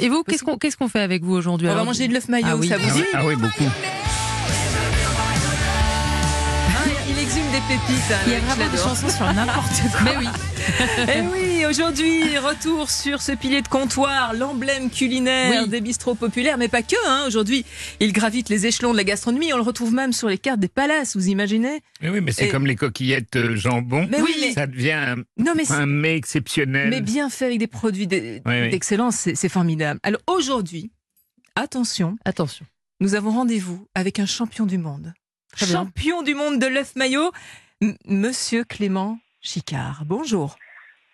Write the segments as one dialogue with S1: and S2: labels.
S1: Et vous, qu'est-ce qu'on qu'est-ce qu'on fait avec vous aujourd'hui
S2: On va
S1: alors
S2: manger de l'œuf maillot,
S1: Ah oui.
S2: ça vous
S1: Ah
S2: dit
S1: oui.
S3: Ah oui, beaucoup.
S2: Hein, Il exhume des pépites. hein,
S1: Ah Il y a
S2: le mec, je
S1: vraiment des
S2: l'adore.
S1: chansons sur n'importe quoi.
S2: Mais oui. Et oui, aujourd'hui, retour sur ce pilier de comptoir, l'emblème culinaire
S1: Oui.
S2: des bistrots populaires, mais pas que. Hein. Aujourd'hui, il gravite les échelons de la gastronomie. On le retrouve même sur les cartes des palaces, vous imaginez
S3: Mais oui, mais c'est
S2: Et-
S3: comme les coquillettes euh, jambon.
S2: Mais oui, mais-
S3: Ça devient un,
S2: Non, mais, c'est-
S3: un mets exceptionnel.
S2: mais bien fait avec des produits d'e-
S3: Oui, oui.
S2: d'excellence, c'est- c'est formidable. Alors aujourd'hui, attention,
S1: Attention.
S2: nous avons rendez-vous avec un champion du monde.
S1: Très bien.
S2: champion du monde de l'œuf maillot, M- Monsieur Clément Chicard. Bonjour.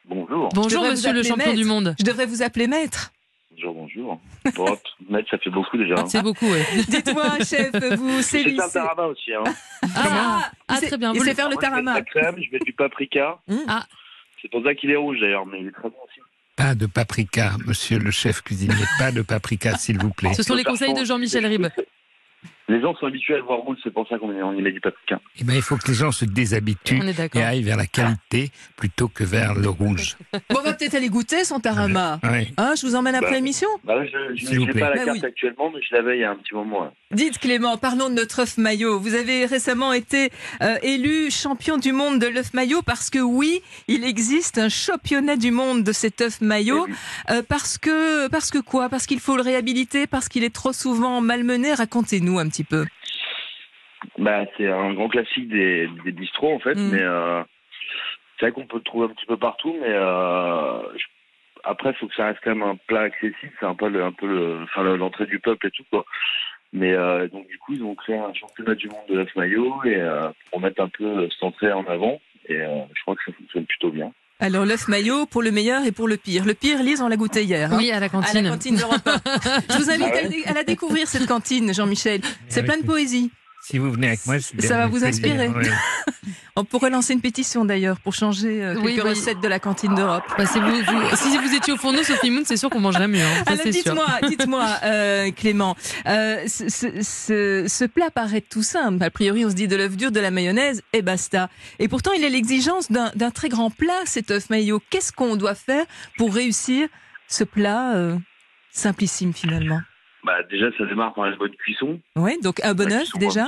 S4: Bonjour,
S1: Bonjour
S2: devrais vous
S1: monsieur le
S2: appeler
S1: champion
S2: maître.
S1: du monde.
S2: Je devrais vous appeler maître.
S4: bonjour, bonjour. Bon, mètre, ça fait beaucoup
S2: Ah,
S4: déjà. hein.
S1: C'est beaucoup, ouais.
S2: Dites-moi, chef, vous, c'est
S4: Je
S2: lui.
S4: sais faire le tarama aussi. Hein.
S1: Ah, ah,
S2: il sait-
S1: très bien.
S2: Il
S1: Vous
S2: sait
S1: le-
S2: faire le
S4: Moi, je mets de
S2: tarama.
S4: la crème, je mets du paprika.
S2: Mmh.
S1: Ah.
S4: C'est pour ça qu'il est rouge d'ailleurs, mais il est très bon aussi.
S3: Pas de paprika, monsieur le chef cuisinier. Pas de paprika, s'il vous plaît.
S1: Ce sont les conseils de Jean-Michel Ribes.
S4: Les gens sont habitués à le voir rouge, c'est pour ça qu'on y- on y met du paprika.
S3: Eh ben, il faut que les gens se déshabituent
S1: On est
S3: et
S1: d'accord.
S3: aillent vers la qualité plutôt que vers le rouge.
S2: Bon, on va peut-être aller goûter son tarama.
S3: Oui.
S2: Hein, je vous emmène après
S4: Bah.
S2: l'émission.
S4: Bah là, je-
S3: S'il
S4: je
S3: vous
S4: n'ai
S3: plaît.
S4: pas la
S2: Bah
S4: carte
S2: oui.
S4: actuellement, mais je l'avais il y a un petit moment. hein.
S2: Dites Clément, parlons de notre œuf maillot. Vous avez récemment été euh, élu champion du monde de l'œuf maillot parce que oui, il existe un championnat du monde de cet œuf maillot.
S4: Et-
S2: Euh, parce que parce que quoi Parce qu'il faut le réhabiliter, parce qu'il est trop souvent malmené. Racontez-nous un petit peu.
S4: Bah, c'est un grand classique des, des bistrots en fait,
S2: Mm.
S4: mais euh, c'est vrai qu'on peut le trouver un petit peu partout, mais euh, je- après il faut que ça reste quand même un plat accessible, c'est un peu le, un peu le- enfin le- l'entrée du peuple et tout quoi. Mais euh, donc du coup ils ont créé un championnat du monde de l'œuf maillot et euh, pour mettre un peu cette entrée en avant et euh, je crois que ça fonctionne plutôt bien.
S2: Alors l'œuf maillot pour le meilleur et pour le pire. Le pire, Lise, on l'a goûté hier. hein.
S1: Oui, à la
S2: à la
S1: cantine.
S2: cantine d'Europe 1. Je vous invite
S4: Ah
S2: à, dé- à la découvrir, cette cantine, Jean-Michel. C'est
S3: Avec-
S2: plein de poésie.
S3: Ah Si vous venez avec moi, je suis
S2: Ça
S3: bien
S2: va vous
S3: plaisir,
S2: inspirer.
S3: oui.
S2: On pourrait lancer une pétition d'ailleurs pour changer euh, quelques
S1: Oui, bah-
S2: recettes de la cantine d'Europe.
S1: Bah, c'est vous- vous- si vous étiez au fourneau, Sophie Moon, c'est sûr qu'on mangerait mieux. hein. Ça,
S2: Alors
S1: c'est sûr.
S2: dites-moi, dites-moi, euh, Clément, euh, ce, ce- ce- ce plat paraît tout simple. A priori, on se dit de l'œuf dur, de la mayonnaise et basta. Et pourtant, il est l'exigence d'un d'un très grand plat, cet œuf maillot. Qu'est-ce qu'on doit faire pour réussir ce plat euh, simplissime finalement
S4: Bah déjà ça démarre par une bonne cuisson.
S2: Oui, donc un bon
S4: La
S2: œuf
S4: cuisson,
S2: déjà.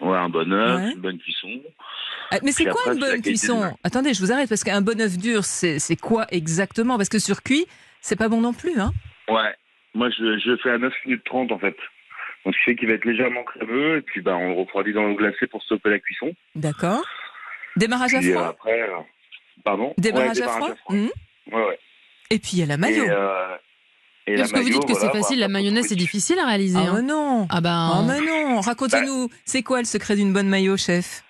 S4: Ouais un bon œuf,
S2: Ouais.
S4: une bonne cuisson.
S2: Ah, Mais c'est
S4: Puis
S2: quoi
S4: après,
S2: une
S4: c'est la
S2: bonne
S4: qualité de
S2: cuisson
S4: l'œuf.
S2: Attendez, je vous arrête parce qu'un bon œuf dur, c'est c'est quoi exactement Parce que sur cuit, c'est pas bon non plus. Hein
S4: Ouais. Moi, je, je le fais à 9 minutes 30 en fait. Donc, ce qui fait qu'il va être légèrement crémeux. Et puis, bah, on le refroidit dans l'eau glacée pour stopper la cuisson.
S2: D'accord. Démarrage à
S4: Puis euh,
S2: froid.
S4: après, euh, pardon. Ouais,
S2: Démarrage à froid. Mhm.
S4: Ouais, ouais.
S2: Et puis il y a la mayo.
S4: Et, euh, et la
S1: Parce que vous
S4: mayo,
S1: dites que c'est
S4: voilà,
S1: facile,
S4: bah,
S1: la
S4: après,
S1: mayonnaise,
S4: faut
S1: c'est
S4: trouver-
S1: difficile à réaliser.
S2: Ah
S1: hein.
S2: mais non
S1: Ah bah.
S2: Ah mais non Racontez-nous,
S4: Bah.
S2: c'est quoi le secret d'une bonne mayo, chef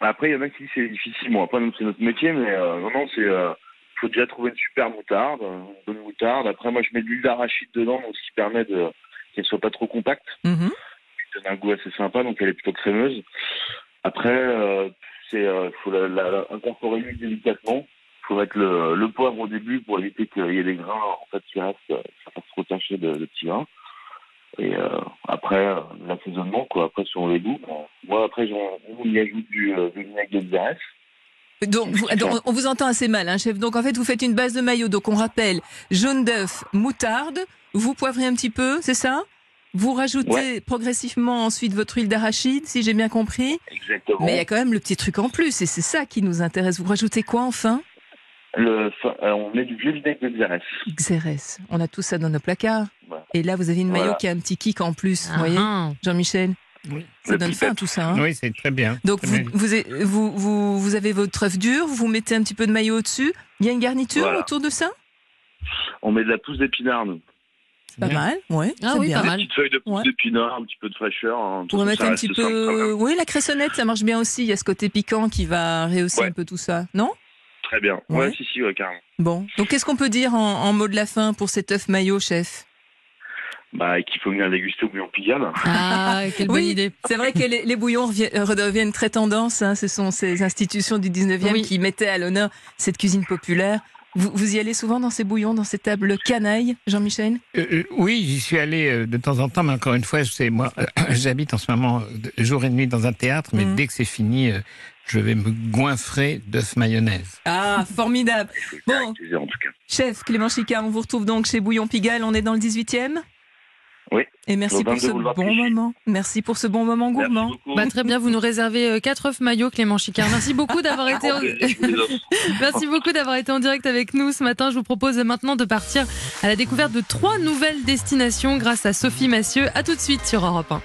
S4: Après, il y en a qui disent que c'est difficile. Bon, après, nous, c'est notre métier, mais euh, non, non, c'est. euh, faut déjà trouver une super moutarde, euh, une bonne moutarde. Après, moi, je mets de l'huile d'arachide dedans, donc ce qui permet de qu'elle soit pas trop compacte.
S2: Mhm.
S4: donne un goût assez sympa, donc elle est plutôt crémeuse. Après, euh, c'est euh, faut la, la- incorporer l'huile délicatement. faut mettre le, le poivre au début pour éviter qu'il y ait des grains en fait qui restent, euh, qui fassent trop tacher de, de petits grains. Et euh, après euh, l'assaisonnement, quoi. Après sur les goûts. bon. Moi après, j'en- on y ajoute du, euh, du vinaigre de Xérès.
S2: donc, vous- donc, on vous entend assez mal, hein, chef. Donc, en fait, vous faites une base de maillot. Donc, on rappelle jaune d'œuf, moutarde. Vous poivrez un petit peu, c'est ça Vous rajoutez
S4: Ouais.
S2: progressivement ensuite votre huile d'arachide, si j'ai bien compris.
S4: Exactement.
S2: Mais il y a quand même le petit truc en plus, et c'est ça qui nous intéresse. Vous rajoutez quoi enfin
S4: Le, fin- euh, on met du vieux vinaigre de Xérès.
S2: Xérès. On a tout ça dans nos placards.
S4: Voilà.
S2: Et là, vous avez une maillot
S4: Voilà.
S2: qui a un petit kick en plus, vous
S1: Ah,
S2: voyez,
S1: hein.
S2: Jean-Michel
S3: Oui.
S2: Ça
S4: Le
S2: donne
S4: petit
S2: faim
S4: pep.
S2: tout ça. hein.
S3: Oui, c'est très bien.
S2: Donc,
S3: Très
S2: vous,
S3: bien.
S2: vous, vous, vous, vous avez votre œuf dur, vous mettez un petit peu de maillot au-dessus. Il y a une garniture
S4: Voilà.
S2: autour de ça
S4: On met de la pousse d'épinard. nous.
S2: Pas
S3: Bien.
S2: mal, ouais.
S1: Ah
S2: c'est
S1: oui,
S2: bien.
S1: pas
S4: Des
S1: mal.
S4: petites feuilles de pousse
S2: Ouais.
S4: d'épinard, un petit peu de fraîcheur. hein.
S2: Pour
S4: Ça
S2: remettre un
S4: reste
S2: petit
S4: simple, quand même.
S2: peu. euh, Oui, la cressonnette, ça marche bien aussi. Il y a ce côté piquant qui va rehausser
S4: Ouais.
S2: un peu tout ça, non
S4: Très bien.
S2: Ouais.
S4: Ouais, si, si, ouais, carrément.
S2: Bon. Donc, qu'est-ce qu'on peut dire en, en mot de la fin pour cet œuf maillot, chef
S4: Bah, et qu'il faut venir déguster au Bouillon Pigalle.
S1: Ah, quelle bonne
S2: Oui.
S1: idée.
S2: C'est vrai que les, les bouillons revie- euh, redeviennent très tendance. hein. Ce sont ces institutions du 19e
S1: Oui.
S2: qui mettaient à l'honneur cette cuisine populaire. Vous, vous y allez souvent dans ces bouillons, dans ces tables canailles, Jean-Michel
S3: Euh, euh, oui, j'y suis allé euh, de temps en temps, mais encore une fois, c'est moi, euh, j'habite en ce moment euh, de- jour et nuit dans un théâtre, mais
S2: Mhm.
S3: dès que c'est fini, euh, je vais me goinfrer d'œufs mayonnaise.
S2: Ah, formidable Bon,
S4: Avec plaisir, en tout cas.
S2: chef Clément Chica, on vous retrouve donc chez Bouillon Pigalle, on est dans le 18e
S4: Oui.
S2: Et merci
S4: Au
S2: pour
S4: 22
S2: ce
S4: boulevard
S2: bon
S4: Clichy.
S2: moment. Merci pour ce bon moment
S4: Merci
S2: gourmand.
S4: beaucoup.
S1: Bah, très bien, vous nous réservez euh, quatre œufs maillots, Clément Chicard. Merci beaucoup d'avoir été.
S2: Ah,
S4: Je vous les- je vous les offre.
S1: Merci beaucoup d'avoir été en direct avec nous ce matin. Je vous propose maintenant de partir à la découverte de trois nouvelles destinations grâce à Sophie Massieu. À tout de suite sur Europe 1.